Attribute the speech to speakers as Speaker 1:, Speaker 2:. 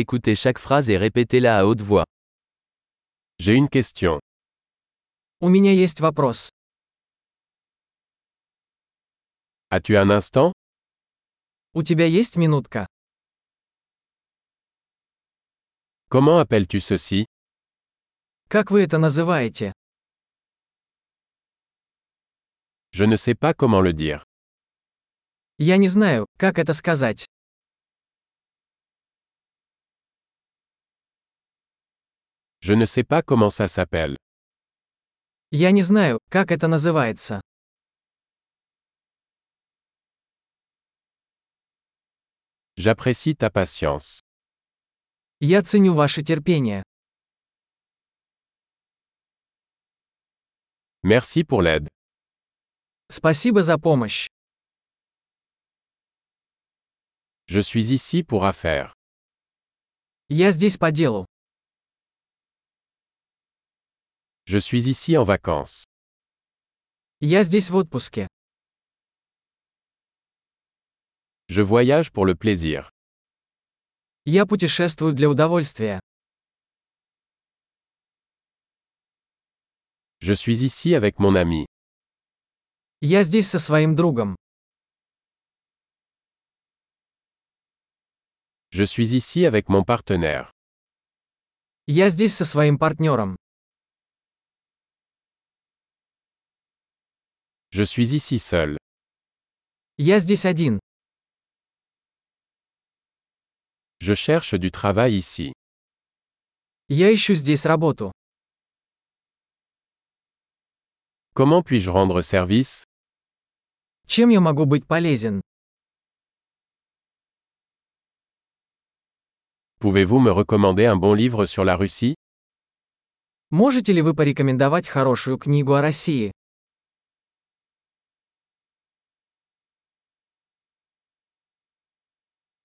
Speaker 1: Écoutez chaque phrase et répétez-la à haute voix.
Speaker 2: J'ai une question.
Speaker 3: У меня есть вопрос.
Speaker 2: As-tu un instant
Speaker 3: У тебя есть минутка?
Speaker 2: Comment appelles-tu ceci
Speaker 3: Как вы это называете?
Speaker 2: Je ne sais pas comment le dire.
Speaker 3: Я не знаю, как это сказать.
Speaker 2: Je ne sais pas comment ça s'appelle.
Speaker 3: Я не знаю, как это называется.
Speaker 2: J'apprécie ta patience.
Speaker 3: Я ценю ваше терпение.
Speaker 2: Merci pour l'aide.
Speaker 3: Спасибо за помощь.
Speaker 2: Je suis ici pour affaires.
Speaker 3: Я здесь по делу.
Speaker 2: Je suis ici en vacances.
Speaker 3: Я здесь в отпуске.
Speaker 2: Je voyage pour le plaisir.
Speaker 3: Я путешествую для удовольствия.
Speaker 2: Je suis ici avec mon ami.
Speaker 3: Я здесь со своим другом.
Speaker 2: Je suis ici avec mon partenaire.
Speaker 3: Я здесь со своим партнером.
Speaker 2: Je suis ici seul.
Speaker 3: Я здесь один.
Speaker 2: Je cherche du travail ici.
Speaker 3: Я ищу здесь работу.
Speaker 2: Comment puis-je rendre service
Speaker 3: Чем я могу быть полезен?
Speaker 2: Pouvez-vous me recommander un bon livre sur la Russie
Speaker 3: Можете ли вы порекомендовать хорошую книгу о России?